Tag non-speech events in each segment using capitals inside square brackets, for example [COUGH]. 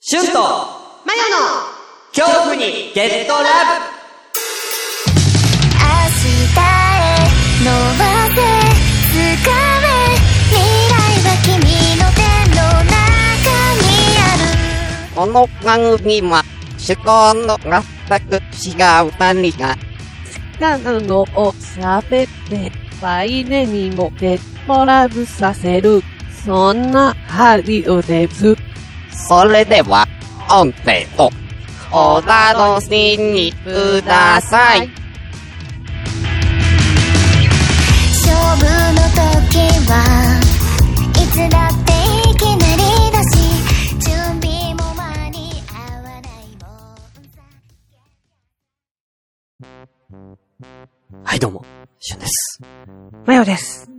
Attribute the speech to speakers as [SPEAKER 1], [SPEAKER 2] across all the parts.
[SPEAKER 1] シュンと
[SPEAKER 2] マヨの
[SPEAKER 1] 恐怖にゲッ
[SPEAKER 3] 明日へ
[SPEAKER 1] トラブ
[SPEAKER 3] 伸ばせ掴め未来は君の手の中にある
[SPEAKER 4] この番組は、趣向の全く違う何が、
[SPEAKER 5] なのを喋って、ワイネにもデッドラブさせる。そんなハリオです。
[SPEAKER 4] それでは、音程と、お楽しみください。
[SPEAKER 3] 勝負の時はいつだっていきなりだし準備も間に合わないもんさ
[SPEAKER 1] はい、どうも、シュンです。
[SPEAKER 5] マヨです。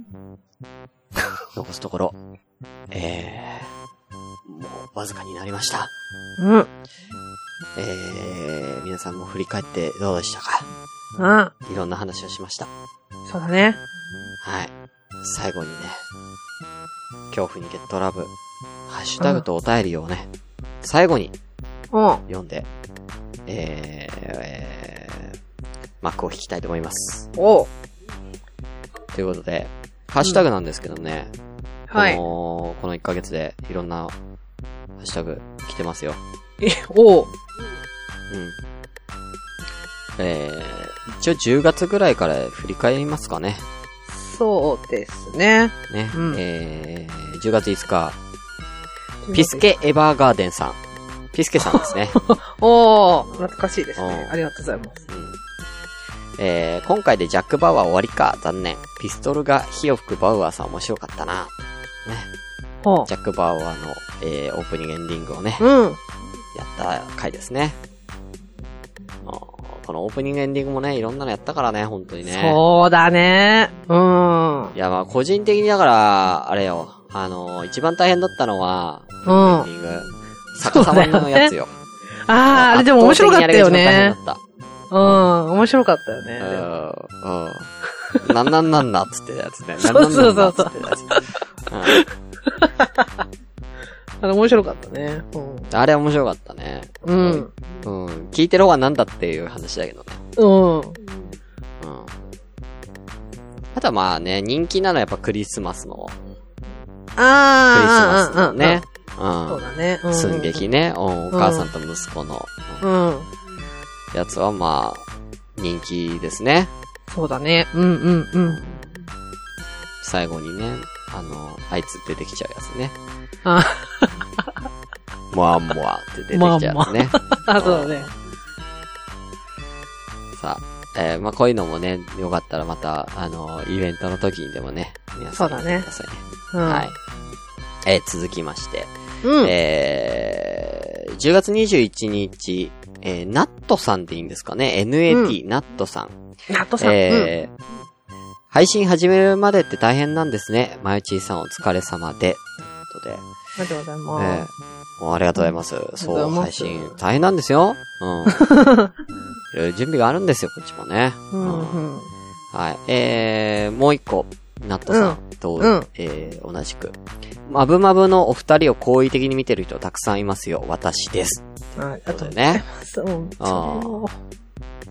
[SPEAKER 1] 残すところ、えー、もうわずかになりました。
[SPEAKER 5] うん。うん。
[SPEAKER 1] えー、皆さんも振り返ってどうでしたかいろんな話をしました。
[SPEAKER 5] そうだね。
[SPEAKER 1] はい。最後にね、恐怖にゲットラブ、ハッシュタグとお便りをね、最後に
[SPEAKER 5] おう。
[SPEAKER 1] 読んで、えー、えー、幕を引きたいと思います。
[SPEAKER 5] おう。
[SPEAKER 1] ということで、ハッシュタグなんですけどね、
[SPEAKER 5] はい
[SPEAKER 1] こ。の、この1ヶ月でいろんなハッシュタグ来てますよ。
[SPEAKER 5] え、おう。
[SPEAKER 1] うん。えー、一応10月ぐらいから振り返りますかね。
[SPEAKER 5] そうですね。
[SPEAKER 1] ね。
[SPEAKER 5] うん
[SPEAKER 1] えー、10月5日、ピス。ケエヴァーガーデンさん。ピスケさん
[SPEAKER 5] [LAUGHS]
[SPEAKER 1] ですね。
[SPEAKER 5] おう。懐かしいですね
[SPEAKER 1] お。う
[SPEAKER 5] ありがとうございます。
[SPEAKER 1] うんえー、今回でジャック・バウアー終わりか、残念。ピストルが火を吹くバウアーさん面白かったな。
[SPEAKER 5] おう。
[SPEAKER 1] ジャック・バウアーの、えー、オープニングエンディングをね、
[SPEAKER 5] うん。
[SPEAKER 1] やった回ですね。あーこのオープニングエンディングもね、いろんなのやったからね、本当にね。
[SPEAKER 5] そうだね。うん。
[SPEAKER 1] いや、まあ、個人的にだから、あれよ、あのー一番大変だったのは、
[SPEAKER 5] うん
[SPEAKER 1] エンディング、逆さまのやつよ。
[SPEAKER 5] ああ、あれでも面白かったよね
[SPEAKER 1] 圧。倒
[SPEAKER 5] うん、面白かったよ
[SPEAKER 1] 的にあれが一番大変
[SPEAKER 5] ね。
[SPEAKER 1] だった。うん。 [LAUGHS] うん。なんなんなんだっつってたやつね。なん
[SPEAKER 5] そうそうそうそう
[SPEAKER 1] なんなんなんだっつってたや
[SPEAKER 5] あれ面白かったね。うん
[SPEAKER 1] つ。うんあれ面白かったね。
[SPEAKER 5] うん。
[SPEAKER 1] うん。聞いてる方はなんだっていう話だけどね。
[SPEAKER 5] う
[SPEAKER 1] う
[SPEAKER 5] ん。
[SPEAKER 1] ん。あとはまあね、人気なのはやっぱクリスマスの、
[SPEAKER 5] あ
[SPEAKER 1] クリスマ
[SPEAKER 5] あ
[SPEAKER 1] ス、
[SPEAKER 5] うん
[SPEAKER 1] の
[SPEAKER 5] うん
[SPEAKER 1] ね。。う
[SPEAKER 5] うん
[SPEAKER 1] ん。
[SPEAKER 5] そうだね。うん
[SPEAKER 1] 寸劇。ね、うんお母さんと息子の、
[SPEAKER 5] うん。
[SPEAKER 1] やつはまあ、人気ですね。
[SPEAKER 5] そうだね。うんうん
[SPEAKER 1] [LAUGHS]
[SPEAKER 5] うん。
[SPEAKER 1] 最後にね、あの、あいつ出てきちゃうやつね。
[SPEAKER 5] あ
[SPEAKER 1] もわもわって出てきちゃうやつね。
[SPEAKER 5] あ、そうだね。
[SPEAKER 1] さあ、えーまあこういうのもね、よかったらまた、あの、イベントの時にでもね、皆さん
[SPEAKER 5] そうだ
[SPEAKER 1] や
[SPEAKER 5] ね
[SPEAKER 1] ってくださいね。
[SPEAKER 5] うん
[SPEAKER 1] はい。。えー続きまして、
[SPEAKER 5] うん。
[SPEAKER 1] えー、10月21日、えー、ナットさんでいいんですかね ?NAT、ナットさん。
[SPEAKER 5] ナットさん。うん
[SPEAKER 1] えー配信始めるまでって大変なんですね。まゆちーさんお疲れ様で。という
[SPEAKER 5] ありがとうござい
[SPEAKER 1] ことで、え
[SPEAKER 5] ま
[SPEAKER 1] ーもうありがとうございます。
[SPEAKER 5] ありが
[SPEAKER 1] そ
[SPEAKER 5] と
[SPEAKER 1] う、
[SPEAKER 5] うござい
[SPEAKER 1] 配
[SPEAKER 5] ます
[SPEAKER 1] 信大変なんですよ。
[SPEAKER 5] [LAUGHS]
[SPEAKER 1] うん。いろいろ準備があるんですよ、こっちもね。
[SPEAKER 5] す。うんうん。
[SPEAKER 1] はい。えー、もう一個、ナットさんと、
[SPEAKER 5] うん
[SPEAKER 1] えー、同じく。まぶまぶのお二人を好意的に見てる人たくさんいますよ。私です。
[SPEAKER 5] あ
[SPEAKER 1] と
[SPEAKER 5] り
[SPEAKER 1] い
[SPEAKER 5] が
[SPEAKER 1] うことと
[SPEAKER 5] う
[SPEAKER 1] でね。
[SPEAKER 5] そう。
[SPEAKER 1] あー
[SPEAKER 5] そう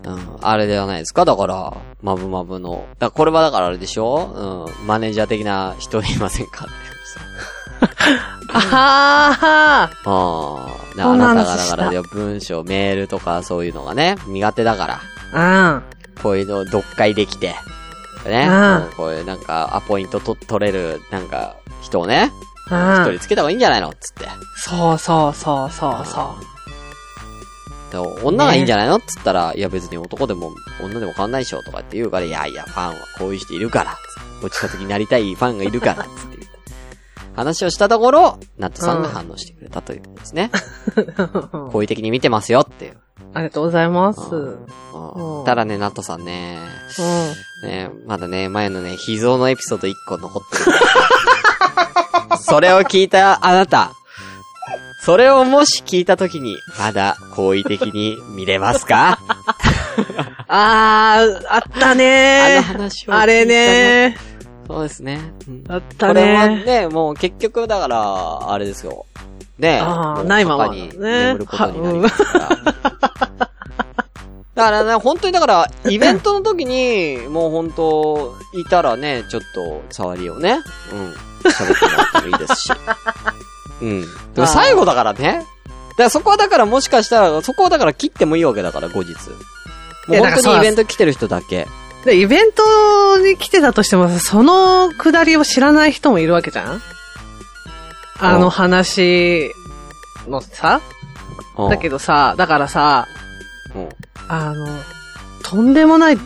[SPEAKER 1] うん。あれではないですかだから、まぶまぶの。だこれはだからあれでしょうん。マネージャー的な人いません
[SPEAKER 5] [LAUGHS]
[SPEAKER 1] かっていう
[SPEAKER 5] ああ
[SPEAKER 1] さ。ああ。で
[SPEAKER 5] そ
[SPEAKER 1] あ
[SPEAKER 5] んな
[SPEAKER 1] な
[SPEAKER 5] 話
[SPEAKER 1] たがだから
[SPEAKER 5] し
[SPEAKER 1] 文章、メールとかそういうのがね、苦手だから。
[SPEAKER 5] あ
[SPEAKER 1] こういうのを読解できて。ね。
[SPEAKER 5] うん
[SPEAKER 1] こういうなんか、アポイントと取れる、なんか、人をね、
[SPEAKER 5] あ
[SPEAKER 1] 一
[SPEAKER 5] うん
[SPEAKER 1] 人。つけた方がいいんじゃないのつって。
[SPEAKER 5] そうそうそうそうそ
[SPEAKER 1] でも女がいいんじゃないのっつったら、いや別に男でも女でも変わんないでしょとかって言うから、いやいや、ファンはこういう人いるから、つって落ちた時になりたいファンがいるから、つって言った話をしたところ、ナットさんが反応してくれたということですね。
[SPEAKER 5] う。
[SPEAKER 1] 好意的に見てますよっていう。
[SPEAKER 5] ありがとうございます。
[SPEAKER 1] う
[SPEAKER 5] うん。
[SPEAKER 1] うん
[SPEAKER 5] うん
[SPEAKER 1] ただね、ナットさんね、ね、まだね、前のね、秘蔵のエピソード1個残ってる。それを聞いたあなた、それをもし聞いた時に、まだ好意的に見れますか
[SPEAKER 5] あー、あったねー。
[SPEAKER 1] あの話を聞いたな
[SPEAKER 5] あれね
[SPEAKER 1] そうですね。うん
[SPEAKER 5] ー。あった
[SPEAKER 1] これは
[SPEAKER 5] ね
[SPEAKER 1] ね、もう結局だから、あれですよ。ね、
[SPEAKER 5] あー
[SPEAKER 1] もう
[SPEAKER 5] ないまま
[SPEAKER 1] 墓に眠ることになります
[SPEAKER 5] [LAUGHS]
[SPEAKER 1] から。だからね、本当にだから、イベントの時に、もう本当、いたらね、ちょっと、触りをね、うん、喋ってもらってもいいです
[SPEAKER 5] [LAUGHS]
[SPEAKER 1] し。うん。でも最後だからね。だからそこはだからもしかしたら、そこはだから切ってもいいわけだから、後日。
[SPEAKER 5] い
[SPEAKER 1] もう
[SPEAKER 5] やだから
[SPEAKER 1] 本当
[SPEAKER 5] そう
[SPEAKER 1] に
[SPEAKER 5] な
[SPEAKER 1] イ
[SPEAKER 5] んです
[SPEAKER 1] ベント来てる人だけ。
[SPEAKER 5] で、イベントに来てたとしても、そのくだりを知らない人もいるわけじゃんあ
[SPEAKER 1] う
[SPEAKER 5] の
[SPEAKER 1] ん
[SPEAKER 5] 話のさ、
[SPEAKER 1] うん
[SPEAKER 5] だけどさ、だからさ、
[SPEAKER 1] うん
[SPEAKER 5] あの、とんでもない、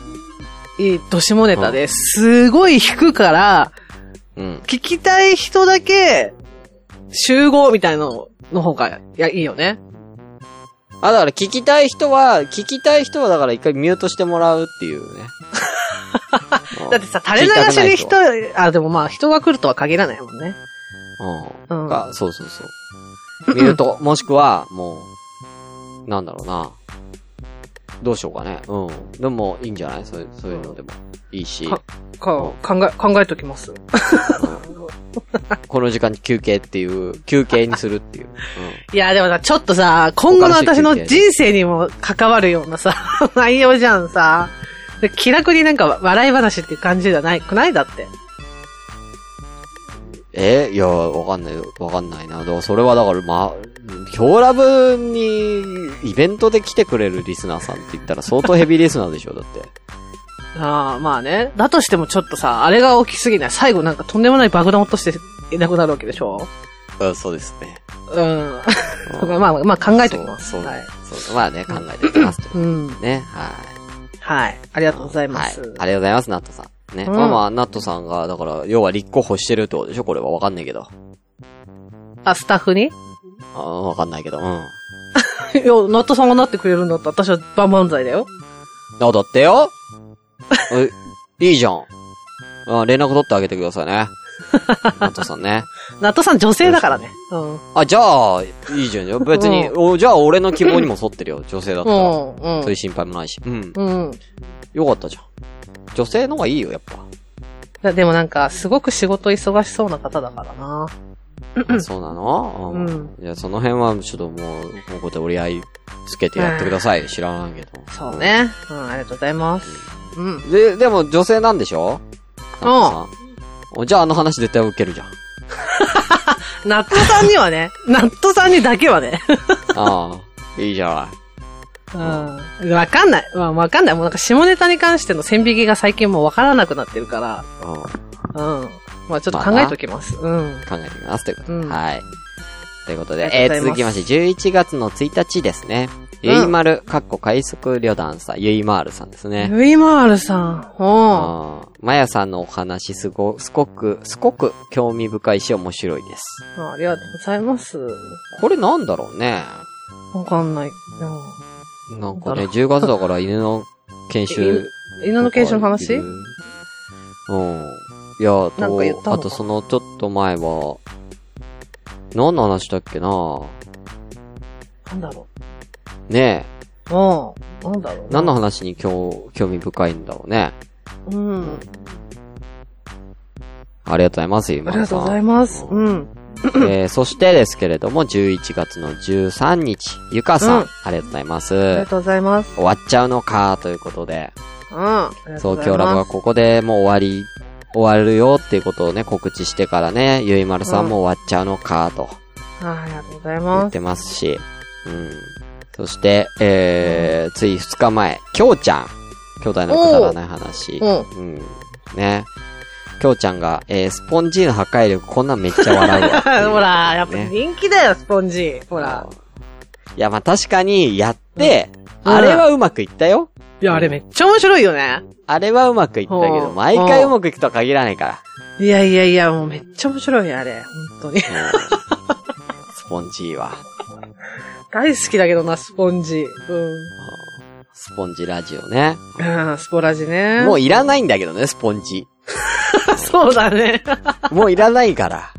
[SPEAKER 5] いい、どしもネタですごい引くから、
[SPEAKER 1] うん。
[SPEAKER 5] 聞きたい人だけ、集合みたいなのの方が、いや、いいよね。
[SPEAKER 1] あ、だから聞きたい人は、聞きたい人はだから一回ミュートしてもらうっていうね。うん
[SPEAKER 5] [LAUGHS] だってさ、垂れ流しに
[SPEAKER 1] 聞きた
[SPEAKER 5] 人
[SPEAKER 1] くな、
[SPEAKER 5] あ、でもまあ、人が来るとは限らないもんね。
[SPEAKER 1] う。
[SPEAKER 5] うんん。
[SPEAKER 1] が、そうそうそう。ミュート、もしくは、もう、なんだろうな。どうしようかね。うん。でも、いいんじゃないそういう、そういうのでも。いいし、
[SPEAKER 5] かか考え、考えときます。
[SPEAKER 1] この時間に休憩っていう、休憩にするっていう。
[SPEAKER 5] いや、でもさ、ちょっとさ、今後の私の人生にも関わるようなさ、 [LAUGHS] 内容じゃんさ。で気楽になんか笑い話っていう感じじゃない、くないだって。
[SPEAKER 1] うん、えいや、わかんない、わかんないな。だからそれはだから、まあ、ヒョーラブに、イベントで来てくれるリスナーさんって言ったら相当ヘビーリスナーでしょ、だって。
[SPEAKER 5] ああ、まあね。だとしてもちょっとさ、あれが大きすぎない。最後なんかとんでもない爆弾落としていなくなるわけでしょ
[SPEAKER 1] [LAUGHS] うん、そうですね。
[SPEAKER 5] うん。
[SPEAKER 1] うん
[SPEAKER 5] [LAUGHS] まあまあ、まあ考えておきます。
[SPEAKER 1] そう、そう
[SPEAKER 5] はい。
[SPEAKER 1] そうまあね、考えていきますと。
[SPEAKER 5] うん。
[SPEAKER 1] ね、はい。
[SPEAKER 5] はい。ありがとうございます。
[SPEAKER 1] はい。ありがとうございます、ナットさん。ね。
[SPEAKER 5] うん
[SPEAKER 1] まあまあ、ナットさんが、だから、要は立候補してるってことでしょこれはわかんないけど。
[SPEAKER 5] あ、スタッフに [LAUGHS] い
[SPEAKER 1] あーわかんないけど、うん。
[SPEAKER 5] や、ナットさんがなってくれるんだったら私は万々歳だよ。
[SPEAKER 1] あ、だって
[SPEAKER 5] [LAUGHS]
[SPEAKER 1] よえ、いいじゃん。あ連絡取ってあげてくださいね。ナットさんね。
[SPEAKER 5] ナットさん女性だからね。うん。うん。
[SPEAKER 1] あ、じゃあ、いいじゃんよ。別に、
[SPEAKER 5] う
[SPEAKER 1] おじゃあ俺の希望にも沿ってるよ。女性だったら。
[SPEAKER 5] うん。
[SPEAKER 1] そういう心配もないし。うん。
[SPEAKER 5] うん。
[SPEAKER 1] よかったじゃん。女性の方がいいよ、やっぱ。
[SPEAKER 5] いやでもなんか、すごく仕事忙しそうな方だからな。
[SPEAKER 1] そうなのう。
[SPEAKER 5] うん
[SPEAKER 1] いや、その辺は、ちょっともう、ここで折り合いつけてやってください。知らないけど。
[SPEAKER 5] そうね。うん、ありがとうございます。うん。
[SPEAKER 1] で、でも女性なんでしょナットさん。じゃああの話絶対受けるじゃん。
[SPEAKER 5] ナットさんにはね、 [LAUGHS] ナットさんにだけはね。
[SPEAKER 1] ああ、いいじゃない。
[SPEAKER 5] うん。わかんない。まあわかんない。もうなんか下ネタに関しての線引きが最近もうわからなくなってるから。
[SPEAKER 1] うん。考
[SPEAKER 5] うん。まあちょっと考えときます。うん。
[SPEAKER 1] えてみます。ということで。
[SPEAKER 5] うん
[SPEAKER 1] はい。ということ
[SPEAKER 5] あ
[SPEAKER 1] で、
[SPEAKER 5] り
[SPEAKER 1] え
[SPEAKER 5] がと
[SPEAKER 1] ー、
[SPEAKER 5] うござい
[SPEAKER 1] 続
[SPEAKER 5] ます
[SPEAKER 1] きまして、11月の1日ですね。
[SPEAKER 5] うん
[SPEAKER 1] ゆいまる、かっこ快速旅団さん、ゆいまるさんですね。
[SPEAKER 5] ゆいまーるさん。おう
[SPEAKER 1] あーまやさんのお話すご、すごく、すごく興味深いし面白いです。
[SPEAKER 5] あ。ありがとうございます。
[SPEAKER 1] これなんだろうね。
[SPEAKER 5] わかんない。うん
[SPEAKER 1] なんか
[SPEAKER 5] な
[SPEAKER 1] ね、
[SPEAKER 5] ん
[SPEAKER 1] 10月だから犬の研修。
[SPEAKER 5] 犬の研修の話
[SPEAKER 1] うん。いや、と
[SPEAKER 5] なんか言ったの
[SPEAKER 1] あ
[SPEAKER 5] か
[SPEAKER 1] とそのちょっと前は、何の話だっけな
[SPEAKER 5] なんだろ
[SPEAKER 1] ね
[SPEAKER 5] う。おうん。なんだろ
[SPEAKER 1] え、
[SPEAKER 5] う。
[SPEAKER 1] 何の話に興興味深いんだろうね。
[SPEAKER 5] うん。
[SPEAKER 1] ありがとうございます、
[SPEAKER 5] あ
[SPEAKER 1] 今
[SPEAKER 5] りがとうござい
[SPEAKER 1] ま
[SPEAKER 5] ます。うん。
[SPEAKER 1] す。えー、そしてですけれども、11月の13日、ゆかさん、
[SPEAKER 5] うん
[SPEAKER 1] ありがとうございます。
[SPEAKER 5] ありがとうございます。
[SPEAKER 1] 終わっちゃうのか、ということで。
[SPEAKER 5] うん。ありがとう
[SPEAKER 1] そう、今
[SPEAKER 5] ござ
[SPEAKER 1] 日
[SPEAKER 5] い
[SPEAKER 1] ラブ
[SPEAKER 5] ま
[SPEAKER 1] は
[SPEAKER 5] す。
[SPEAKER 1] ここでもう終わり、終わるよっていうことをね、告知してからね、ゆいまるさんも終わっちゃうのか、と
[SPEAKER 5] あありがとうござい
[SPEAKER 1] 言
[SPEAKER 5] ま
[SPEAKER 1] っ
[SPEAKER 5] す。
[SPEAKER 1] てますし。うん。そして、えー、つい2日前、きょうちゃん。兄弟のくだらない話。
[SPEAKER 5] うん。
[SPEAKER 1] うん。ね。きょうちゃんが、えー、スポンジの破壊力、こんなんめっちゃ笑うわっていう、
[SPEAKER 5] [LAUGHS] ほら、やっぱ
[SPEAKER 1] ね
[SPEAKER 5] 人気だよ、スポンジ。ほら。
[SPEAKER 1] いや、まあ、確かに、やって、
[SPEAKER 5] うん
[SPEAKER 1] あれはうまくいったよ。
[SPEAKER 5] いや、あれめっちゃ面白いよね。
[SPEAKER 1] あれはうまくいったけど、
[SPEAKER 5] うん
[SPEAKER 1] 毎回うまくいくとは限らないから。
[SPEAKER 5] いやいやいや、もうめっちゃ面白いよ、あれ。本当に。
[SPEAKER 1] うんスポンジは。
[SPEAKER 5] 大好きだけどな、スポンジ。う
[SPEAKER 1] スポンジラジオね。
[SPEAKER 5] ん。うん、スポラジね。
[SPEAKER 1] もういらないんだけどね、スポンジ。
[SPEAKER 5] そうだね。 [LAUGHS]
[SPEAKER 1] もういらないから。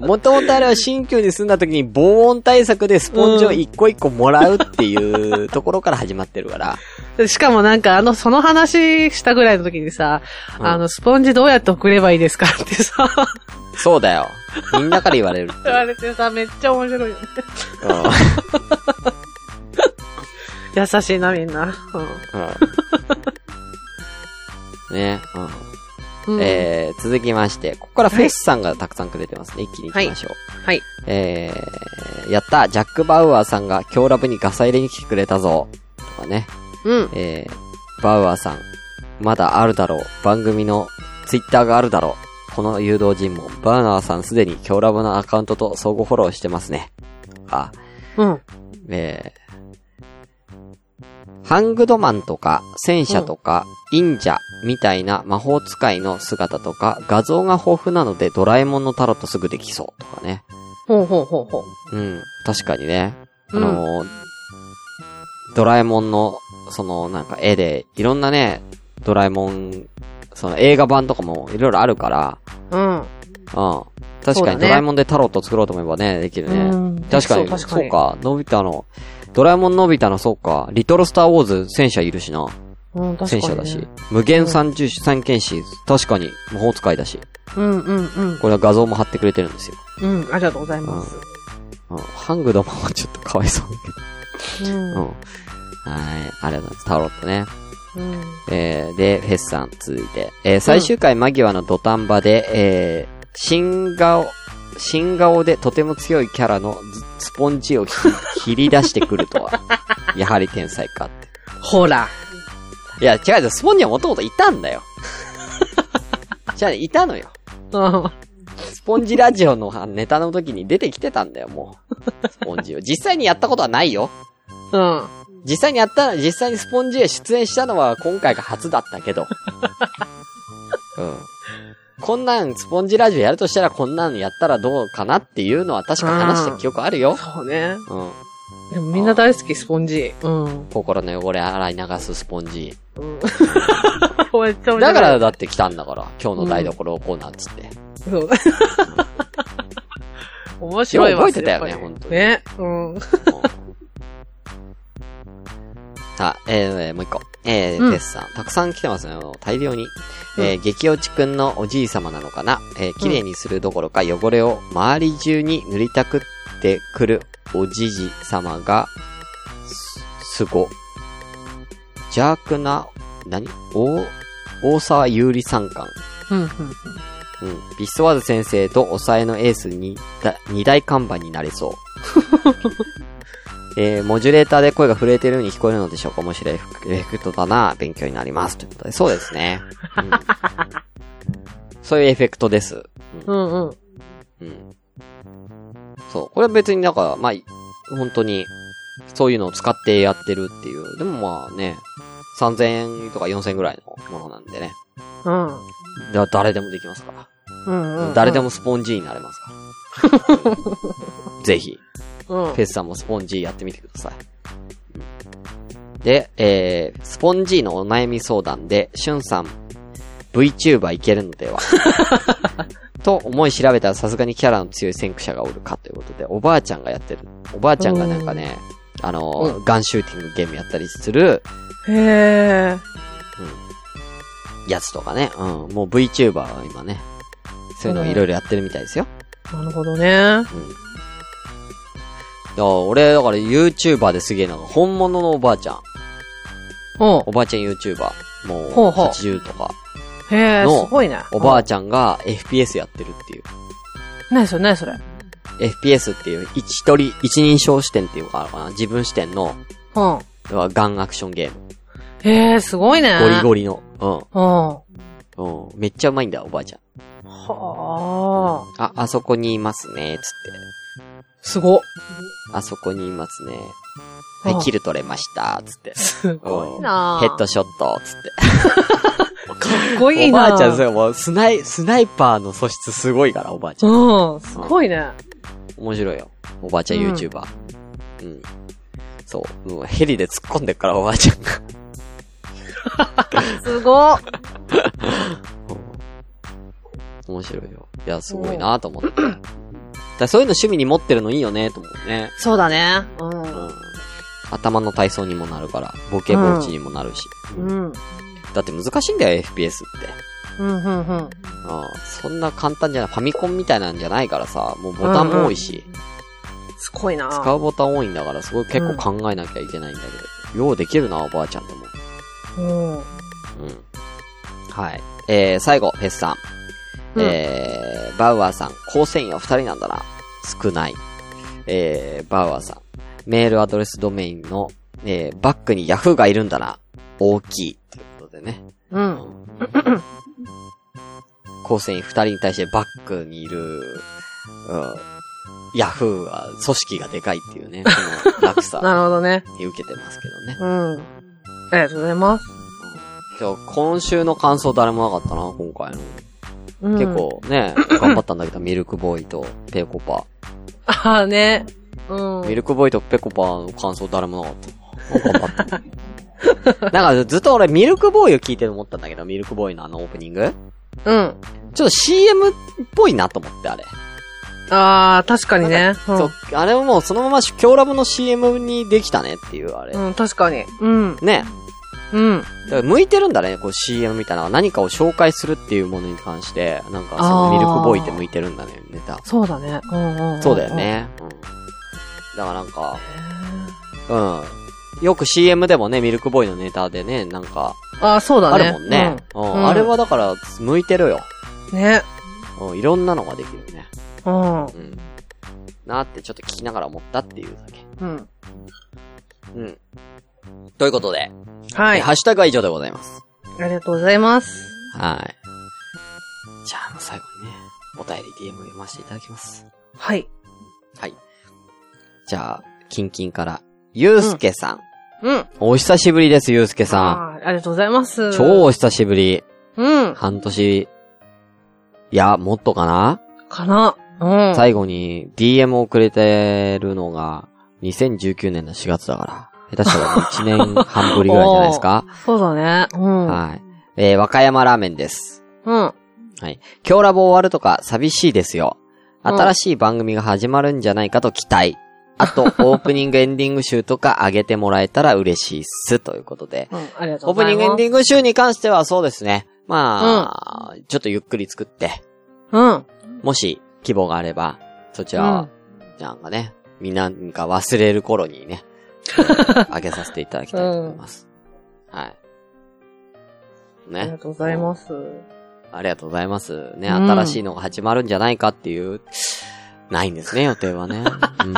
[SPEAKER 1] もともとあれは新旧に住んだ時に防音対策でスポンジを一個一個もらうっていうところから始まってるから。
[SPEAKER 5] しかもなんか、あの、その話したぐらいの時にさ、
[SPEAKER 1] うん
[SPEAKER 5] あの、スポンジどうやって送ればいいですかってさ、 [LAUGHS]
[SPEAKER 1] そうだよ。みんなから言われ [LAUGHS] るって
[SPEAKER 5] 言
[SPEAKER 1] いう
[SPEAKER 5] われてさ、めっちゃ面白いよね。 [LAUGHS]
[SPEAKER 1] うん
[SPEAKER 5] 優しいな、みんな。
[SPEAKER 1] うんね、
[SPEAKER 5] う。
[SPEAKER 1] うんん。えー、続きまして、ここからフェスさんがたくさんくれてますね。一気に行きましょう。
[SPEAKER 5] はい。
[SPEAKER 1] えー、やったジャック・バウアーさんが今日ラブにガサ入れに来てくれたぞとかね。
[SPEAKER 5] うん。
[SPEAKER 1] えー、バウアーさん、まだあるだろう。番組のツイッターがあるだろう。この誘導尋問、バウアーさんすでに今日ラブのアカウントと相互フォローしてますね。とか、
[SPEAKER 5] うん。
[SPEAKER 1] えー、ハングドマンとか、戦車とか、忍者みたいな魔法使いの姿とか、画像が豊富なのでドラえもんのタロットすぐできそうとかね。
[SPEAKER 5] ほうほうほうほう。
[SPEAKER 1] うん、確かにね。あのードラえもんの、その、なんか絵で、いろんなね、ドラえもん、その映画版とかもいろいろあるから、
[SPEAKER 5] うん。
[SPEAKER 1] うん。確
[SPEAKER 5] そう
[SPEAKER 1] か
[SPEAKER 5] だ
[SPEAKER 1] に
[SPEAKER 5] ね
[SPEAKER 1] ドラえもんでタロット作ろうと思えばね、できるね
[SPEAKER 5] うん。
[SPEAKER 1] 確かに、
[SPEAKER 5] そう確
[SPEAKER 1] そ
[SPEAKER 5] かに
[SPEAKER 1] うか、のび太の、ドラえもんのび太の、そうか、リトルスターウォーズ戦車いるしな。
[SPEAKER 5] うん、確か
[SPEAKER 1] 戦
[SPEAKER 5] に、ね。
[SPEAKER 1] 車だし。無限三重視、三剣士、確かに魔法使いだし。
[SPEAKER 5] うんうんうん。
[SPEAKER 1] これは画像も貼ってくれてるんですよ。
[SPEAKER 5] うん、ありがとうございます。
[SPEAKER 1] うん。ハングドマンはちょっとかわいそうだけど。
[SPEAKER 5] うん。
[SPEAKER 1] うん。はい。ありがとうございます。タロットね。
[SPEAKER 5] うん。
[SPEAKER 1] えー、で、フェスさん続いて。えー、最終回間際の土壇場で、えー、新顔、新顔でとても強いキャラのずスポンジをひ [LAUGHS] 切り出してくるとは。 [LAUGHS] やはり天才かって。
[SPEAKER 5] ほら。
[SPEAKER 1] いや、違う違う、スポンジはもともといたんだよ。 [LAUGHS] じゃあ、いたのよ。
[SPEAKER 5] うん。
[SPEAKER 1] スポンジラジオのネタの時に出てきてたんだよ、もう。スポンジを。実際にやったことはないよ。
[SPEAKER 5] うん。
[SPEAKER 1] 実際にやった、実際にスポンジへ出演したのは今回が初だったけ [LAUGHS] ど。うん。こんなん、スポンジラジオやるとしたらこんなんやったらどうかなっていうのは確か話した記憶あるよ。
[SPEAKER 5] そうね。
[SPEAKER 1] うん。
[SPEAKER 5] でもみんな大好き、スポンジ。うん。
[SPEAKER 1] 心の汚れ洗い流すスポンジ。
[SPEAKER 5] [LAUGHS] うん。めっちゃ面白い
[SPEAKER 1] だから、だって来たんだから、今日の台所コーナーっつって。
[SPEAKER 5] そう。 [LAUGHS] 面白い
[SPEAKER 1] よ
[SPEAKER 5] わ。
[SPEAKER 1] う覚えてたよね
[SPEAKER 5] やっぱり
[SPEAKER 1] 本当に
[SPEAKER 5] ね。うん。
[SPEAKER 1] [LAUGHS] さあ、えー、えーもう一個。えー、
[SPEAKER 5] うん
[SPEAKER 1] テスさん。たくさん来てますね。大量に。
[SPEAKER 5] うん
[SPEAKER 1] えー、激落ちくんのおじい様なのかな。えー、綺麗にするどころか汚れを周り中に塗りたくってくるおじじ様が、す、すご。邪悪な、何大、大沢優里三冠。
[SPEAKER 5] うん、う
[SPEAKER 1] う
[SPEAKER 5] ん。
[SPEAKER 1] ん。ビスワーズ先生と抑えのエースにだ二大看板になれそう。えー、モジュレーターで声が震えてるように聞こえるのでしょうか面白いエフェクトだな勉強になります。ということで、そうですね。うん、そういうエフェクトです。
[SPEAKER 5] うん、うん。
[SPEAKER 1] うん。うん。そう。これは別になんか、まあ、本当に、そういうのを使ってやってるっていう。でもまあね、3000円とか4000円ぐらいのものなんでね。
[SPEAKER 5] うん。
[SPEAKER 1] だ誰でもできますから。
[SPEAKER 5] うん。うん。
[SPEAKER 1] 誰でもスポンジになれます [LAUGHS] から。ぜひ、
[SPEAKER 5] う
[SPEAKER 1] フ
[SPEAKER 5] ん。
[SPEAKER 1] ェスさんもスポンジやってみてください。で、えー、スポンジのお悩み相談で、しゅんさん、VTuber いけるので
[SPEAKER 5] [LAUGHS]
[SPEAKER 1] はと思い調べたらさすがにキャラの強い先駆者がおるかということで、おばあちゃんがやってる。おばあちゃんがなんかね、あのー、ガンシューティングゲームやったりする
[SPEAKER 5] へー。
[SPEAKER 1] やつとかね、うん、もう VTuber は今ね、そういうのいろいろやってるみたいですよ。
[SPEAKER 5] なるほどね。
[SPEAKER 1] いや、俺、だから YouTuber ですげえな。本物のおばあちゃん。
[SPEAKER 5] おう
[SPEAKER 1] おばあちゃん YouTuber。もう、
[SPEAKER 5] ほうほう
[SPEAKER 1] 80とか。
[SPEAKER 5] へ
[SPEAKER 1] の
[SPEAKER 5] ー、すごいね。
[SPEAKER 1] おばあ
[SPEAKER 5] ち
[SPEAKER 1] ちゃんが FPS やってるっていう。
[SPEAKER 5] ゃん。何それ、何それ。うん。
[SPEAKER 1] FPS っていう、一一人、一人称視点っていうのかな自分視点の、要はガンアクションゲーム。
[SPEAKER 5] へー、すごいね。
[SPEAKER 1] ゴリゴリの。
[SPEAKER 5] うん。は
[SPEAKER 1] うん。うん。めっちゃうまいんだ、おばあちゃん。
[SPEAKER 5] あ。
[SPEAKER 1] あ、あそこにいますね、つって。
[SPEAKER 5] すご。
[SPEAKER 1] あそこにいますね。
[SPEAKER 5] う
[SPEAKER 1] は
[SPEAKER 5] ん
[SPEAKER 1] い、キル取れました、つって。
[SPEAKER 5] すごいな
[SPEAKER 1] ヘッドショット、つって。
[SPEAKER 5] [LAUGHS] かっこいい
[SPEAKER 1] お
[SPEAKER 5] な
[SPEAKER 1] ばあちゃん、それもう、スナイ、スナイパーの素質すごいから、おばあちゃん。
[SPEAKER 5] うん、すごいね。
[SPEAKER 1] 面白いよ。おばあちゃん
[SPEAKER 5] うん
[SPEAKER 1] YouTuber。うん。そう。もうヘリで突っ込んでっから、おばあちゃんが。 [LAUGHS]
[SPEAKER 5] すごっ。
[SPEAKER 1] 面白いよ。いや、すごいなと思って。からそういうの趣味に持ってるのいいよね、と思うね。
[SPEAKER 5] そうだね。う
[SPEAKER 1] うん。頭の体操にもなるから、ボケ防止にもなるし。
[SPEAKER 5] ん。うん。
[SPEAKER 1] だって難しいんだよ、FPS って。
[SPEAKER 5] うん、うん、うん。
[SPEAKER 1] うん。そんな簡単じゃない。ファミコンみたいなんじゃないからさ、もうボタンも多いし、
[SPEAKER 5] すごいな
[SPEAKER 1] 使うボタン多いんだから、すごい結構考えなきゃいけないんだけど、ようできるな、おばあちゃんでも。
[SPEAKER 5] うん。
[SPEAKER 1] うん。はい。えー、最後、フェスさん。
[SPEAKER 5] うん
[SPEAKER 1] えー、バウアーさん、構成員は二人なんだな。少ない。えー、バウアーさん。メールアドレスドメインの、えー、バックに Yahoo がいるんだな。大きい。ということでね。
[SPEAKER 5] うん。
[SPEAKER 1] 構成員二人に対してバックにいる、うん、Yahoo は組織がでかいっていうね、この落
[SPEAKER 5] [LAUGHS] なる
[SPEAKER 1] 差
[SPEAKER 5] ほどね。
[SPEAKER 1] に受けてますけどね。
[SPEAKER 5] うん。ありがとうございます。
[SPEAKER 1] 今日、今週の感想誰もなかったな、今回の。
[SPEAKER 5] うん
[SPEAKER 1] 結。構
[SPEAKER 5] [LAUGHS]
[SPEAKER 1] ね、頑張ったんだけど、ミルクボーイとペコパ。
[SPEAKER 5] ああね。うん。
[SPEAKER 1] ミルクボーイとペコパの感想誰もなかった。頑張
[SPEAKER 5] [LAUGHS]
[SPEAKER 1] った。なんかずっと俺ミルクボーイを聞いて思ったんだけど、ミルクボーイのあのオープニング
[SPEAKER 5] うん。
[SPEAKER 1] ちょっと CM っぽいなと思って、あれ。
[SPEAKER 5] ああ、確かにね。うん
[SPEAKER 1] そう、あれはもうそのまま京ラブの CM にできたねっていう、あれ。
[SPEAKER 5] うん、確かに。うん。
[SPEAKER 1] ね。
[SPEAKER 5] うん。
[SPEAKER 1] だから向いてるんだね、こう CM みたいなのは何かを紹介するっていうものに関して、なんかそのミルクボーイって向いてるんだね、ネタ。
[SPEAKER 5] そうだね。うんうんん
[SPEAKER 1] そうだよ。ね。うん。だからなんか、うん。よく CM でもね、ミルクボーイのネタでね、なんか、
[SPEAKER 5] ああ、そうだ
[SPEAKER 1] あ
[SPEAKER 5] ね。
[SPEAKER 1] るもんね。うん
[SPEAKER 5] うん
[SPEAKER 1] あれはだから、向いてるよ。
[SPEAKER 5] うん。ね。
[SPEAKER 1] うん、いろんなのができるね。
[SPEAKER 5] うん。
[SPEAKER 1] うん。なーってちょっと聞きながら思ったっていうだけ。
[SPEAKER 5] うん。
[SPEAKER 1] うん。ということで、
[SPEAKER 5] は
[SPEAKER 1] え
[SPEAKER 5] い。
[SPEAKER 1] ハッシュタグは以上でございます。
[SPEAKER 5] ありがとうございます。
[SPEAKER 1] はい。じゃあ、もう最後にね、お便り DM 読ませていただきます。
[SPEAKER 5] はい。
[SPEAKER 1] はい。じゃあ、キンキンから、ゆうすけさん。
[SPEAKER 5] うん。
[SPEAKER 1] お久しぶりです、ゆうすけさ
[SPEAKER 5] あーありがとうございます。
[SPEAKER 1] ん。超お久しぶり。
[SPEAKER 5] うん。
[SPEAKER 1] 半年、いや、もっとかな、
[SPEAKER 5] かな。うん。
[SPEAKER 1] 最後に DM をくれてるのが、2019年の4月だから、下手したら1年
[SPEAKER 5] [LAUGHS]
[SPEAKER 1] 半ぶりぐらいじゃないですか
[SPEAKER 5] そうだね。うん。
[SPEAKER 1] はい。えー、和歌山ラーメンです。
[SPEAKER 5] うん。
[SPEAKER 1] 今日ラボ終わるとか寂しいですよ。新しい番組が始まるんじゃないかと期待。あ
[SPEAKER 5] [LAUGHS]
[SPEAKER 1] と、オープニングエンディング集とか上げてもらえたら嬉しいっす。ということで。
[SPEAKER 5] うん。ありがと
[SPEAKER 1] オ
[SPEAKER 5] う
[SPEAKER 1] ー
[SPEAKER 5] ご
[SPEAKER 1] プ
[SPEAKER 5] ざ
[SPEAKER 1] ニ
[SPEAKER 5] い
[SPEAKER 1] ン
[SPEAKER 5] ま
[SPEAKER 1] グ
[SPEAKER 5] す。
[SPEAKER 1] エンディング集に関してはそうですね。まあ、ちょっとゆっくり作って、
[SPEAKER 5] うん。
[SPEAKER 1] もし希望があれば、そちらを、なんかね、みんなが忘れる頃に
[SPEAKER 5] [LAUGHS]
[SPEAKER 1] ね、あげさせていただきたいと思います。はい。
[SPEAKER 5] ありが
[SPEAKER 1] ね。
[SPEAKER 5] とうございます。
[SPEAKER 1] ありがとうございます。ね、
[SPEAKER 5] うん
[SPEAKER 1] 新しいのが始まるんじゃないかっていう、ないんですね、予定はね。うん、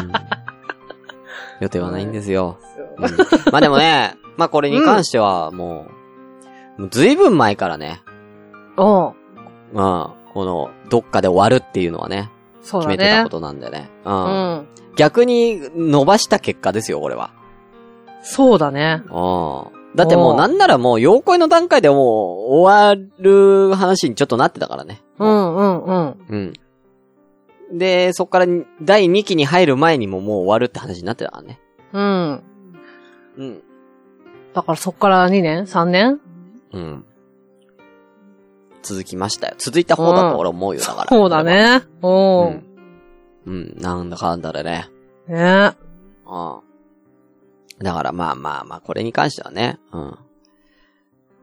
[SPEAKER 1] 予定はないんですよ。うんまあでもね、まあこれに関してはもう、もうずいぶん前からね、
[SPEAKER 5] おう
[SPEAKER 1] うん、この、どっかで終わるっていうのはね、
[SPEAKER 5] そう
[SPEAKER 1] 決め
[SPEAKER 5] だね。
[SPEAKER 1] てたことなんでね。うん。
[SPEAKER 5] うん。
[SPEAKER 1] 逆に伸ばした結果ですよ、これは。
[SPEAKER 5] そうだね。
[SPEAKER 1] うん。だってもうなんならもう、妖怪の段階でもう終わる話にちょっとなってたからね。
[SPEAKER 5] うんうんうん。
[SPEAKER 1] うん。で、そっから第2期に入る前にももう終わるって話になってたからね。
[SPEAKER 5] うん。
[SPEAKER 1] うん。
[SPEAKER 5] だからそっから2年 ?3 年
[SPEAKER 1] うん。続きましたよ。続いた方だと俺思うよ、だから。
[SPEAKER 5] そうだ。ね。
[SPEAKER 1] う。
[SPEAKER 5] おうん
[SPEAKER 1] うん、なんだかんだでね。
[SPEAKER 5] ね
[SPEAKER 1] うん。だからまあまあまあ、これに関してはね、うん。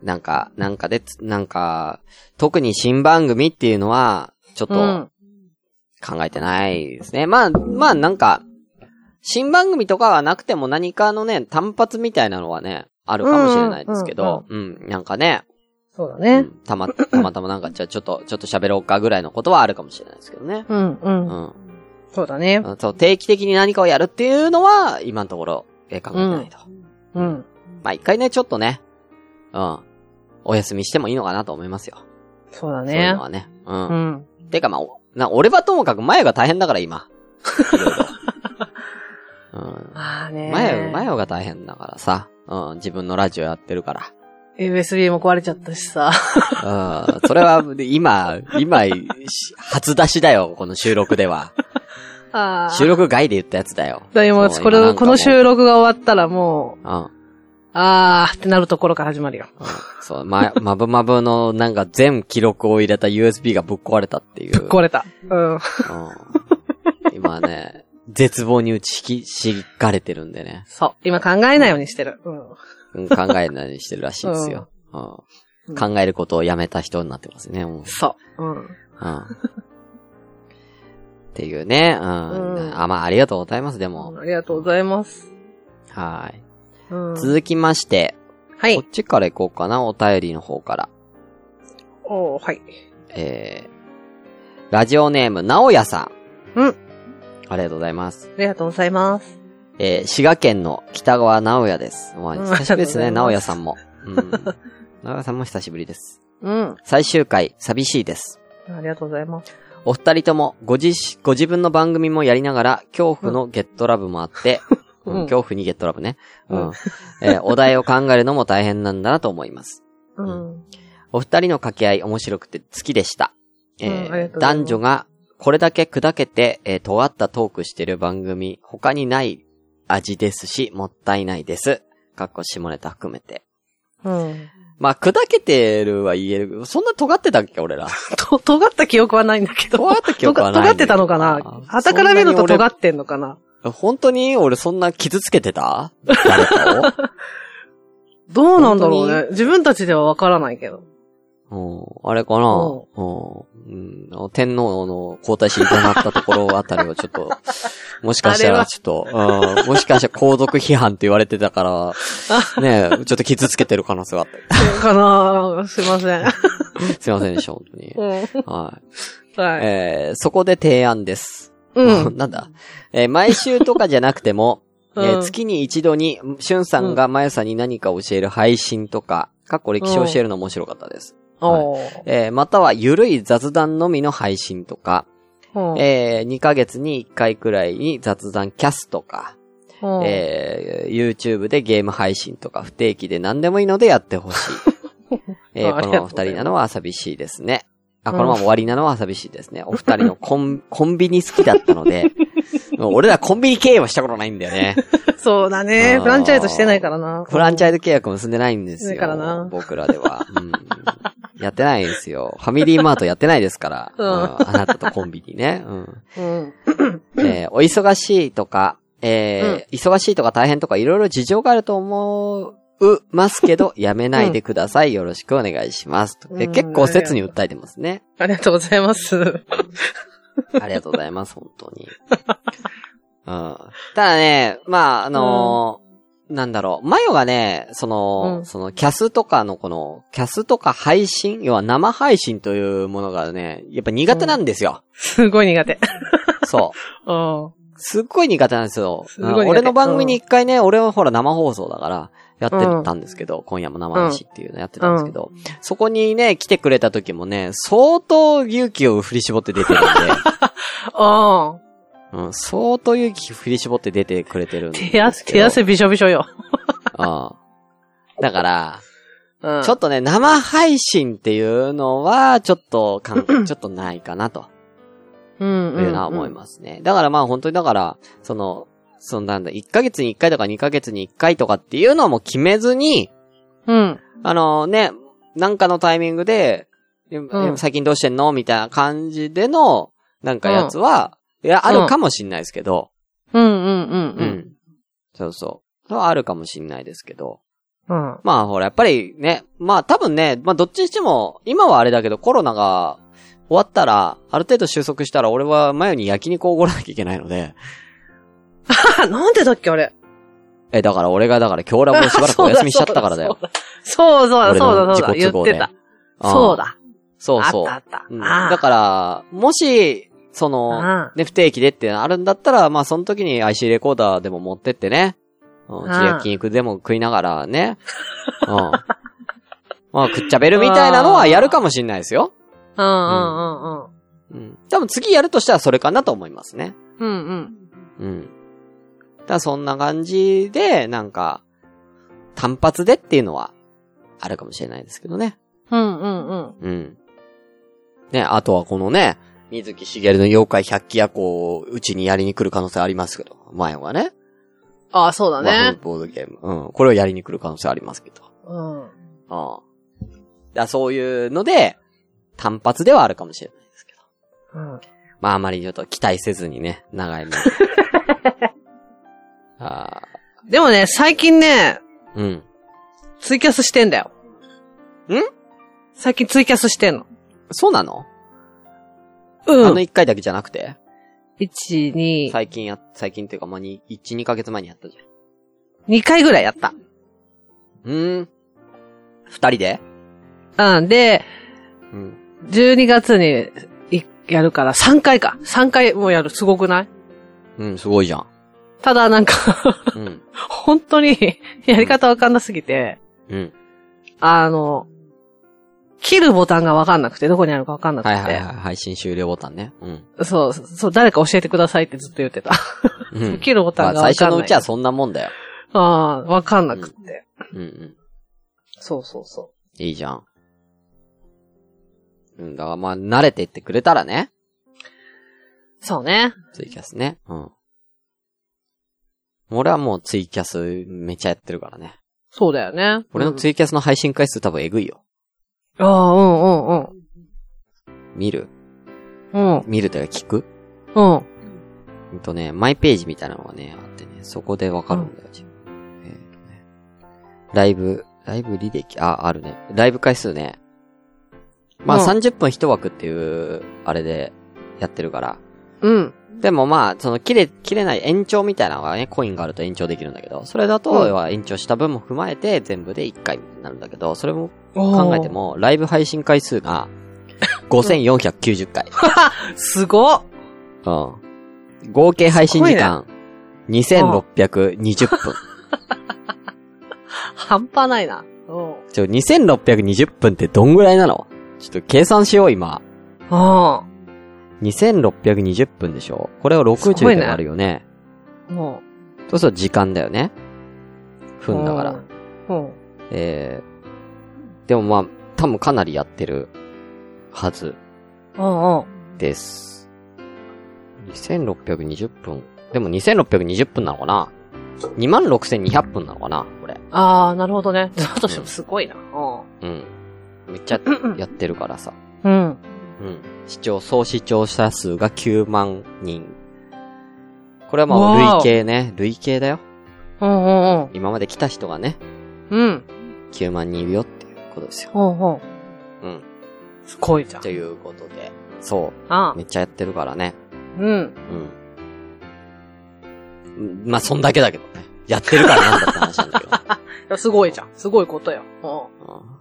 [SPEAKER 1] なんか、なんかでつ、なんか、特に新番組っていうのは、ちょっ
[SPEAKER 5] う
[SPEAKER 1] と
[SPEAKER 5] ん。
[SPEAKER 1] 考えてないですね。まあ、まあなんか、新番組とかはなくても何かのね、単発みたいなのはね、あるかもしれないですけど、うん、なんかね、
[SPEAKER 5] そうだ
[SPEAKER 1] う
[SPEAKER 5] ね。
[SPEAKER 1] んたま、たまたまなんか、じゃあちょっと、ちょっと喋ろうかぐらいのことはあるかもしれないですけどね。
[SPEAKER 5] うんう。
[SPEAKER 1] うんん。
[SPEAKER 5] そうだね。
[SPEAKER 1] そう、定期的に何かをやるっていうのは、今のところ、えー考えてないと。
[SPEAKER 5] うん。
[SPEAKER 1] まあ、一回ね、ちょっとね、うん。お休みしてもいいのかなと思いますよ。
[SPEAKER 5] そうだ
[SPEAKER 1] そういう
[SPEAKER 5] ね
[SPEAKER 1] の。はね。うん。
[SPEAKER 5] うん。
[SPEAKER 1] てかまあ、おな、俺はともかく前が大変だから、
[SPEAKER 5] [LAUGHS]
[SPEAKER 1] 今。いろいろ
[SPEAKER 5] まあ
[SPEAKER 1] う
[SPEAKER 5] ね。
[SPEAKER 1] ん。前、前が大変だからさ。うん、自分のラジオやってるから。
[SPEAKER 5] USB も壊れちゃったし
[SPEAKER 1] [LAUGHS]
[SPEAKER 5] さ。
[SPEAKER 1] うん、それは、で今、今、し初出しだよ、この収録では。
[SPEAKER 5] あ
[SPEAKER 1] 収録外で言ったやつだよ。
[SPEAKER 5] だ今、
[SPEAKER 1] そう
[SPEAKER 5] こ
[SPEAKER 1] 今な
[SPEAKER 5] れ、
[SPEAKER 1] んか
[SPEAKER 5] こ
[SPEAKER 1] もう
[SPEAKER 5] の収録が終わったらもう、
[SPEAKER 1] うん。
[SPEAKER 5] あーってなるところから始まるよ。
[SPEAKER 1] そう、ま、まぶまぶのなんか全記録を入れた USB がぶっ壊れたっていう。
[SPEAKER 5] ぶっ壊れた。うん。
[SPEAKER 1] うん今ね、絶望に打ちひき、しがれてるんでね。
[SPEAKER 5] そう。今考えないようにしてる。うん。
[SPEAKER 1] うん考えないようにしてるらしいですよ。うん
[SPEAKER 5] うん
[SPEAKER 1] 考えることをやめた人になってますね、もう。
[SPEAKER 5] そう。うん。
[SPEAKER 1] うん。っていうね、うん。
[SPEAKER 5] うん
[SPEAKER 1] あ、まあ、ありがとうございます、でも。
[SPEAKER 5] ありがとうございます。
[SPEAKER 1] はい。
[SPEAKER 5] うん。
[SPEAKER 1] 続きまして、
[SPEAKER 5] は
[SPEAKER 1] こ
[SPEAKER 5] い
[SPEAKER 1] っ。ちから行こうかな、お便りの方から。
[SPEAKER 5] おーはい。
[SPEAKER 1] えー、ラジオネーム、なおやさん。
[SPEAKER 5] うん。
[SPEAKER 1] ありがとうございます。
[SPEAKER 5] ありがとうございます。
[SPEAKER 1] えー、滋賀県の北川直也です。まあ、
[SPEAKER 5] うん
[SPEAKER 1] 久しぶりです
[SPEAKER 5] あ
[SPEAKER 1] ね、
[SPEAKER 5] りがと
[SPEAKER 1] 直
[SPEAKER 5] う
[SPEAKER 1] 也
[SPEAKER 5] ございます
[SPEAKER 1] さんも。うん。直也さんも久しぶりです。
[SPEAKER 5] うん。
[SPEAKER 1] 最終回、寂しいです。
[SPEAKER 5] ありがとうございます。
[SPEAKER 1] お二人とも、ご自し、ご自分の番組もやりながら、恐怖のゲットラブもあって、
[SPEAKER 5] うん
[SPEAKER 1] うん恐怖にゲットラブね。うん
[SPEAKER 5] うん。
[SPEAKER 1] えーお題を考えるのも大変なんだなと思います。
[SPEAKER 5] うん。
[SPEAKER 1] お二人の掛け合い面白くて好きでした。え
[SPEAKER 5] うんありがと
[SPEAKER 1] ー
[SPEAKER 5] うございます
[SPEAKER 1] 男女がこれだけ砕けて、えー尖ったトークしてる番組、他にない味ですし、もったいないです。かっこ下ネタ含めて。
[SPEAKER 5] うん。
[SPEAKER 1] まあ、砕けてるは言える。そんな尖ってたっけ、俺ら。
[SPEAKER 5] と、尖った記憶はないんだけど。
[SPEAKER 1] 尖った記憶はないんだ
[SPEAKER 5] 尖
[SPEAKER 1] よ
[SPEAKER 5] ってたのかな旗から見ると尖ってんのかな
[SPEAKER 1] 本当に俺そんな傷つけてた誰か
[SPEAKER 5] どうなんだろう
[SPEAKER 1] 本
[SPEAKER 5] ね。自分たちではわからないけど。
[SPEAKER 1] をうん、あれかなうん、うん天皇の皇太子になったところあたりはちょっ
[SPEAKER 5] [LAUGHS]
[SPEAKER 1] と、もしかした
[SPEAKER 5] あれ
[SPEAKER 1] ら
[SPEAKER 5] は
[SPEAKER 1] ちょっと、うん、もしかしたら皇族批判って言われてた
[SPEAKER 5] [LAUGHS]
[SPEAKER 1] から、ねえちょっと傷つけてる可能性はあっ
[SPEAKER 5] かなすいま
[SPEAKER 1] [LAUGHS]
[SPEAKER 5] せん。
[SPEAKER 1] た。すいませんでした、本当
[SPEAKER 5] [LAUGHS]
[SPEAKER 1] に。
[SPEAKER 5] う
[SPEAKER 1] はい。
[SPEAKER 5] ん。はい。
[SPEAKER 1] えー、そこで提案です。
[SPEAKER 5] う
[SPEAKER 1] [LAUGHS]
[SPEAKER 5] ん。
[SPEAKER 1] なんだえー毎週とかじゃなくても、えー
[SPEAKER 5] うん
[SPEAKER 1] 月に一度に、しゅんさんがまゆさんに何か教える配信とか、かっこ歴史を教えるの面白かったです。
[SPEAKER 5] お
[SPEAKER 1] えーまたはゆるい雑談のみの配信とか、
[SPEAKER 5] ー。
[SPEAKER 1] え2ヶ月に1回くらいに雑談キャスとか、
[SPEAKER 5] うん
[SPEAKER 1] えー YouTube でゲーム配信とか不定期で何でもいいのでやってほし
[SPEAKER 5] [LAUGHS]
[SPEAKER 1] い。えー
[SPEAKER 5] あ
[SPEAKER 1] こ
[SPEAKER 5] あり
[SPEAKER 1] の
[SPEAKER 5] が
[SPEAKER 1] まま二
[SPEAKER 5] とうございます
[SPEAKER 1] 人なのは寂しいですね。あ、
[SPEAKER 5] う
[SPEAKER 1] こ
[SPEAKER 5] ん
[SPEAKER 1] のまま終わりなのは寂しいですね。お二人のコンコンビニ好きだったので、
[SPEAKER 5] [LAUGHS]
[SPEAKER 1] もう俺らコンビニ経営はしたことないんだよね。
[SPEAKER 5] そうだね
[SPEAKER 1] あ。ー
[SPEAKER 5] フランチャイズしてないからな。
[SPEAKER 1] フランチャイズ契約結んでないんですよ。
[SPEAKER 5] だからな
[SPEAKER 1] 僕らでは。うん。やってないですよ。ファミリーマートやってないですから。
[SPEAKER 5] うん
[SPEAKER 1] あなたとコンビニね。うん。
[SPEAKER 5] うん。
[SPEAKER 1] えーお忙しいとか、えー忙しいとか大変とかいろいろ事情があると思う、ますけ
[SPEAKER 5] [LAUGHS]
[SPEAKER 1] ど、やめないでください。よろしくお願いします。とで
[SPEAKER 5] うん
[SPEAKER 1] 結構切に訴えてますね。
[SPEAKER 5] ありがとうございます。 [LAUGHS]
[SPEAKER 1] ありがとうございます、本当に。うん。ただね、まあ、あのーなんだろう、マヨがね、その、
[SPEAKER 5] うん
[SPEAKER 1] その、キャスとかのこの、キャスとか配信、要は生配信というものがね、やっぱ苦手なんです
[SPEAKER 5] [LAUGHS]
[SPEAKER 1] よ。
[SPEAKER 5] すごい苦手。
[SPEAKER 1] そう。
[SPEAKER 5] うん。
[SPEAKER 1] すっごい苦手なんですよ。
[SPEAKER 5] すごい苦手
[SPEAKER 1] うん俺の番組に一回ね、俺はほら生放送だから、やってたんですけど、今夜も生話っていうのやってたんですけど、そこにね、来てくれた時もね、相当勇気を振り絞って出て
[SPEAKER 5] [LAUGHS]
[SPEAKER 1] るんで、
[SPEAKER 5] ああ。
[SPEAKER 1] うん、相当勇気振り絞って出てくれてるんですけ
[SPEAKER 5] 手
[SPEAKER 1] ど。
[SPEAKER 5] 汗、手汗びしょびしょよ。
[SPEAKER 1] うん。だから、
[SPEAKER 5] うん。
[SPEAKER 1] ちょっとね、生配信っていうのは、ちょっと感、
[SPEAKER 5] [LAUGHS]
[SPEAKER 1] ちょっとないかなと。
[SPEAKER 5] と、うん
[SPEAKER 1] というのは思いますね。だからまあ本当にだから、その、そのなんだ、1ヶ月に1回とか2ヶ月に1回とかっていうのはもう決めずに、
[SPEAKER 5] す。うん。
[SPEAKER 1] あのね、なんかのタイミングで、で
[SPEAKER 5] うん
[SPEAKER 1] 最近どうしてんのみたいな感じでの、なんかやつは、いや、あるかもしんないですけど、
[SPEAKER 5] うんうんうん
[SPEAKER 1] うん。
[SPEAKER 5] うん。
[SPEAKER 1] そうそう。それはあるかもしんないですけど。
[SPEAKER 5] うん。
[SPEAKER 1] まあほら、やっぱりね、まあ多分ね、まあどっちにしても、今はあれだけどコロナが終わったら、ある程度収束したら俺はマヨに焼肉をおごらなきゃいけないので、
[SPEAKER 5] あ、なんでだっけ、あれ。
[SPEAKER 1] え、だから俺がだから今日ラブをしばらくお休
[SPEAKER 5] [LAUGHS]
[SPEAKER 1] みしちゃったからだよ。。
[SPEAKER 5] そうだ
[SPEAKER 1] 俺
[SPEAKER 5] そう
[SPEAKER 1] の
[SPEAKER 5] だ、そうだ、そう
[SPEAKER 1] 自
[SPEAKER 5] だ、言
[SPEAKER 1] 己都
[SPEAKER 5] っ
[SPEAKER 1] 合で
[SPEAKER 5] てた。
[SPEAKER 1] ん
[SPEAKER 5] そう。だ。
[SPEAKER 1] そう
[SPEAKER 5] あっ
[SPEAKER 1] そう。
[SPEAKER 5] たあった
[SPEAKER 1] う。ん
[SPEAKER 5] あ
[SPEAKER 1] だから、もし、その
[SPEAKER 5] あ、
[SPEAKER 1] ね、不定期でってあるんだったら、まあその時に IC レコーダーでも持ってってね。うん、
[SPEAKER 5] ああ
[SPEAKER 1] 焼肉でも食いながらね。うん。 [LAUGHS] まあ、くっちゃべるみたいなのはやるかもしんないですよ。
[SPEAKER 5] ら。うんうんうんうん。
[SPEAKER 1] うん。多分次やるとしたらそれかなと思いますね。
[SPEAKER 5] うんうん。
[SPEAKER 1] うん。だからそんな感じで、なんか、単発でっていうのは、あるかもしれないですけどね。
[SPEAKER 5] うんうんうん。
[SPEAKER 1] うん。ね、あとはこのね、水木しげるの妖怪百鬼夜行をうちにやりに来る可能性ありますけど、前はね。
[SPEAKER 5] あ、そうだ
[SPEAKER 1] 和風
[SPEAKER 5] ね。
[SPEAKER 1] ボードゲーム。うん。これをやりに来る可能性ありますけど。
[SPEAKER 5] うん。
[SPEAKER 1] ああ。だそういうので、単発ではあるかもしれないですけど。まああまりちょっと期待せずにね、長い [LAUGHS] 目で。ああ、
[SPEAKER 5] でもね、最近ね、
[SPEAKER 1] うん。
[SPEAKER 5] ツイキャスしてんだよ。
[SPEAKER 1] ん
[SPEAKER 5] 最近ツイキャスしてんの。
[SPEAKER 1] そうなの、あ
[SPEAKER 5] う
[SPEAKER 1] の
[SPEAKER 5] ん。
[SPEAKER 1] 一回だけじゃなくて
[SPEAKER 5] 1、2、
[SPEAKER 1] 最近や、最近っていうか、まあ、に1、2ヶ月前にやったじゃん。
[SPEAKER 5] 2回ぐらいやった。
[SPEAKER 1] うーん。二人で
[SPEAKER 5] うん。で、
[SPEAKER 1] うん。
[SPEAKER 5] 12月にいやるから3回か。3回もやる。すごくない
[SPEAKER 1] うん、すごいじゃん。
[SPEAKER 5] ただなんか、 [LAUGHS]
[SPEAKER 1] うん。
[SPEAKER 5] 本当にやり方わかんなすぎて、
[SPEAKER 1] うん。
[SPEAKER 5] あの、切るボタンがわかんなくて、どこにあるかわかんなくて。
[SPEAKER 1] はいはいはい。配信終了ボタンね。うん。
[SPEAKER 5] そう、そう、誰か教えてくださいってずっと言ってた。 [LAUGHS]
[SPEAKER 1] うん。
[SPEAKER 5] 切るボタ
[SPEAKER 1] ま
[SPEAKER 5] ン
[SPEAKER 1] あ、
[SPEAKER 5] が
[SPEAKER 1] 最
[SPEAKER 5] わか
[SPEAKER 1] 初
[SPEAKER 5] んない。
[SPEAKER 1] のうちはそんなもんだよ。
[SPEAKER 5] ああ、わかんなくって。
[SPEAKER 1] うんうん。
[SPEAKER 5] そうそうそ
[SPEAKER 1] いいじゃん。うん、だからまあ、慣れていってくれたらね。
[SPEAKER 5] う。そうね。
[SPEAKER 1] ツイキャスね。うん。俺はもうツイキャスめっちゃやってるからね。
[SPEAKER 5] そうだよね。
[SPEAKER 1] 俺のツイキャスの配信回数多分えぐいよ。
[SPEAKER 5] ああ、うんうん
[SPEAKER 1] 見る
[SPEAKER 5] うん。
[SPEAKER 1] 見るというか聞く
[SPEAKER 5] うん。うん。
[SPEAKER 1] うんとね、マイページみたいなのがね、あってね、そこでわかるんだよ、自分。えーとねライブ、ライブ履歴、あ、あるね。ライブ回数ね。まあ
[SPEAKER 5] うん
[SPEAKER 1] 30分一枠っていう、あれでやってるから。
[SPEAKER 5] うん。
[SPEAKER 1] でもまあ、その切れ、切れない延長みたいなのがね、コインがあると延長できるんだけど、それだ
[SPEAKER 5] う
[SPEAKER 1] と、
[SPEAKER 5] ん
[SPEAKER 1] 要は延長した分も踏まえて全部で1回になるんだけど、それも
[SPEAKER 5] 考
[SPEAKER 1] 考えて。も、ライブ配信回数
[SPEAKER 5] [LAUGHS]
[SPEAKER 1] が5490回。
[SPEAKER 5] すごっ
[SPEAKER 1] うん。合計配信時間、2620分。
[SPEAKER 5] 半端ないな。うん。
[SPEAKER 1] ちょ、2620分ってどんぐらいなのちょっと計算しよう、今。
[SPEAKER 5] あ
[SPEAKER 1] 2620分でしょこれを
[SPEAKER 5] すご
[SPEAKER 1] 60
[SPEAKER 5] い
[SPEAKER 1] で
[SPEAKER 5] ね
[SPEAKER 1] 割るよね。
[SPEAKER 5] あ。も
[SPEAKER 1] そうすると時間だよね。
[SPEAKER 5] う。
[SPEAKER 1] 分だから。。
[SPEAKER 5] うん。
[SPEAKER 1] えー、でもまあ、多分かなりやってるはず
[SPEAKER 5] うんうん。
[SPEAKER 1] です。2620分。でも2620分なのかな ?26200 分なのかなこれ。
[SPEAKER 5] ああ、なるほどね。だとしてもすごいな。う
[SPEAKER 1] うん。めっちゃ
[SPEAKER 5] ん。
[SPEAKER 1] やってるからさ。
[SPEAKER 5] うん。
[SPEAKER 1] うん。視聴、総視聴者数が9万人。これはまあ、
[SPEAKER 5] わお
[SPEAKER 1] 累計ね。累計だよ。
[SPEAKER 5] うんうんうん。
[SPEAKER 1] 今まで来た人がね、
[SPEAKER 5] うん。
[SPEAKER 1] 9万人いるよっていうことですよ。
[SPEAKER 5] うんうん。
[SPEAKER 1] うん。
[SPEAKER 5] すごいじゃん
[SPEAKER 1] と。いうことで。そ
[SPEAKER 5] あ
[SPEAKER 1] う。めっちゃやってるからね。
[SPEAKER 5] うん。
[SPEAKER 1] うん。うんまあ、そんだけだけどね。やってるからなんだって話なんだけど。
[SPEAKER 5] すごいじゃん。すごいことよ。う
[SPEAKER 1] うん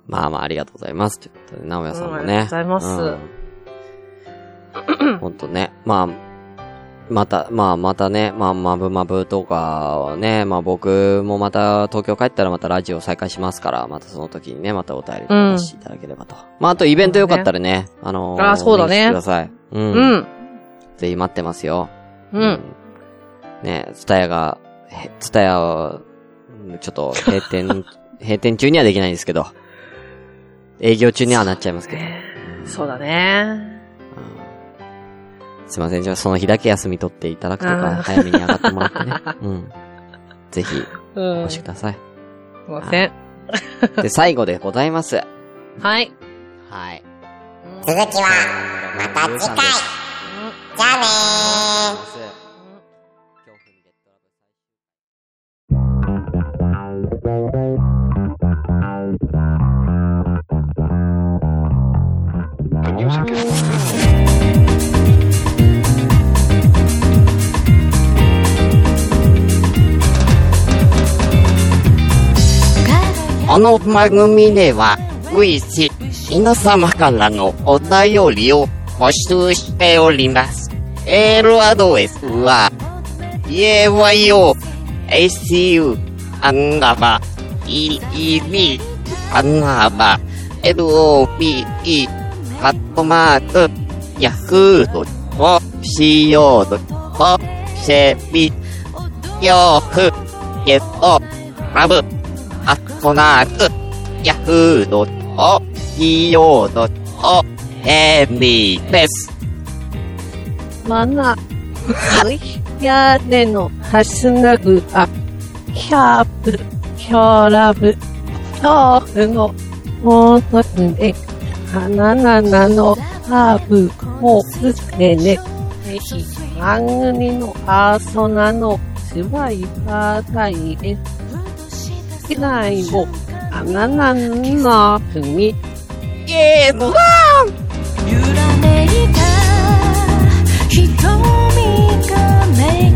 [SPEAKER 1] まあまあ、ありがとうございます。ということで、直哉さんもね。
[SPEAKER 5] うんありがとうございます
[SPEAKER 1] うん。ほんとね。まあ、また、まあまたね、まあ、まぶまぶとかはね、まあ僕もまた東京帰ったらまたラジオ再開しますから、またその時にね、またお便り
[SPEAKER 5] うん
[SPEAKER 1] お出しいただければと。まああとイベントよかったらね、あのー、
[SPEAKER 5] あそうだね
[SPEAKER 1] お見せください。うん。
[SPEAKER 5] ん。うん。
[SPEAKER 1] ぜひ待ってますよ。
[SPEAKER 5] うん。。
[SPEAKER 1] ね、ツタヤが、へツタヤは、うんちょっと閉
[SPEAKER 5] [LAUGHS]
[SPEAKER 1] 店、閉店中にはできないんですけど、営業中にはなっちゃいますけど。
[SPEAKER 5] そうだね。
[SPEAKER 1] うんすいません、じゃあその日だけ休み取っていただくと
[SPEAKER 5] あー
[SPEAKER 1] か、早めに上がってもらって
[SPEAKER 5] [LAUGHS]
[SPEAKER 1] ね。うん。ぜひ、
[SPEAKER 5] うん
[SPEAKER 1] お。越しください。
[SPEAKER 5] すいません。
[SPEAKER 1] で、最後でございます。
[SPEAKER 5] はい。
[SPEAKER 1] はい。
[SPEAKER 2] 続きは、また次回。じゃあねー。
[SPEAKER 4] この番組では、随時、皆様からのお便りを募集しております。メールアドレスは、ayo.hu アンダバ eed アンダバ lope カットマーク yahoo.co.jp よふえっとラブアットマーク、ヤフードと、CO ドと、エミです。
[SPEAKER 6] マナ、屋根のハスナグア、キャープ、キョーラブ、豆腐の、もう一つね、花ナナのハーブ、もうすぐね、
[SPEAKER 5] ぜひ、番組のパーソナの芝居パータイへ、次回も、あなななふみ、ゲームは
[SPEAKER 3] 揺らめいた瞳が願う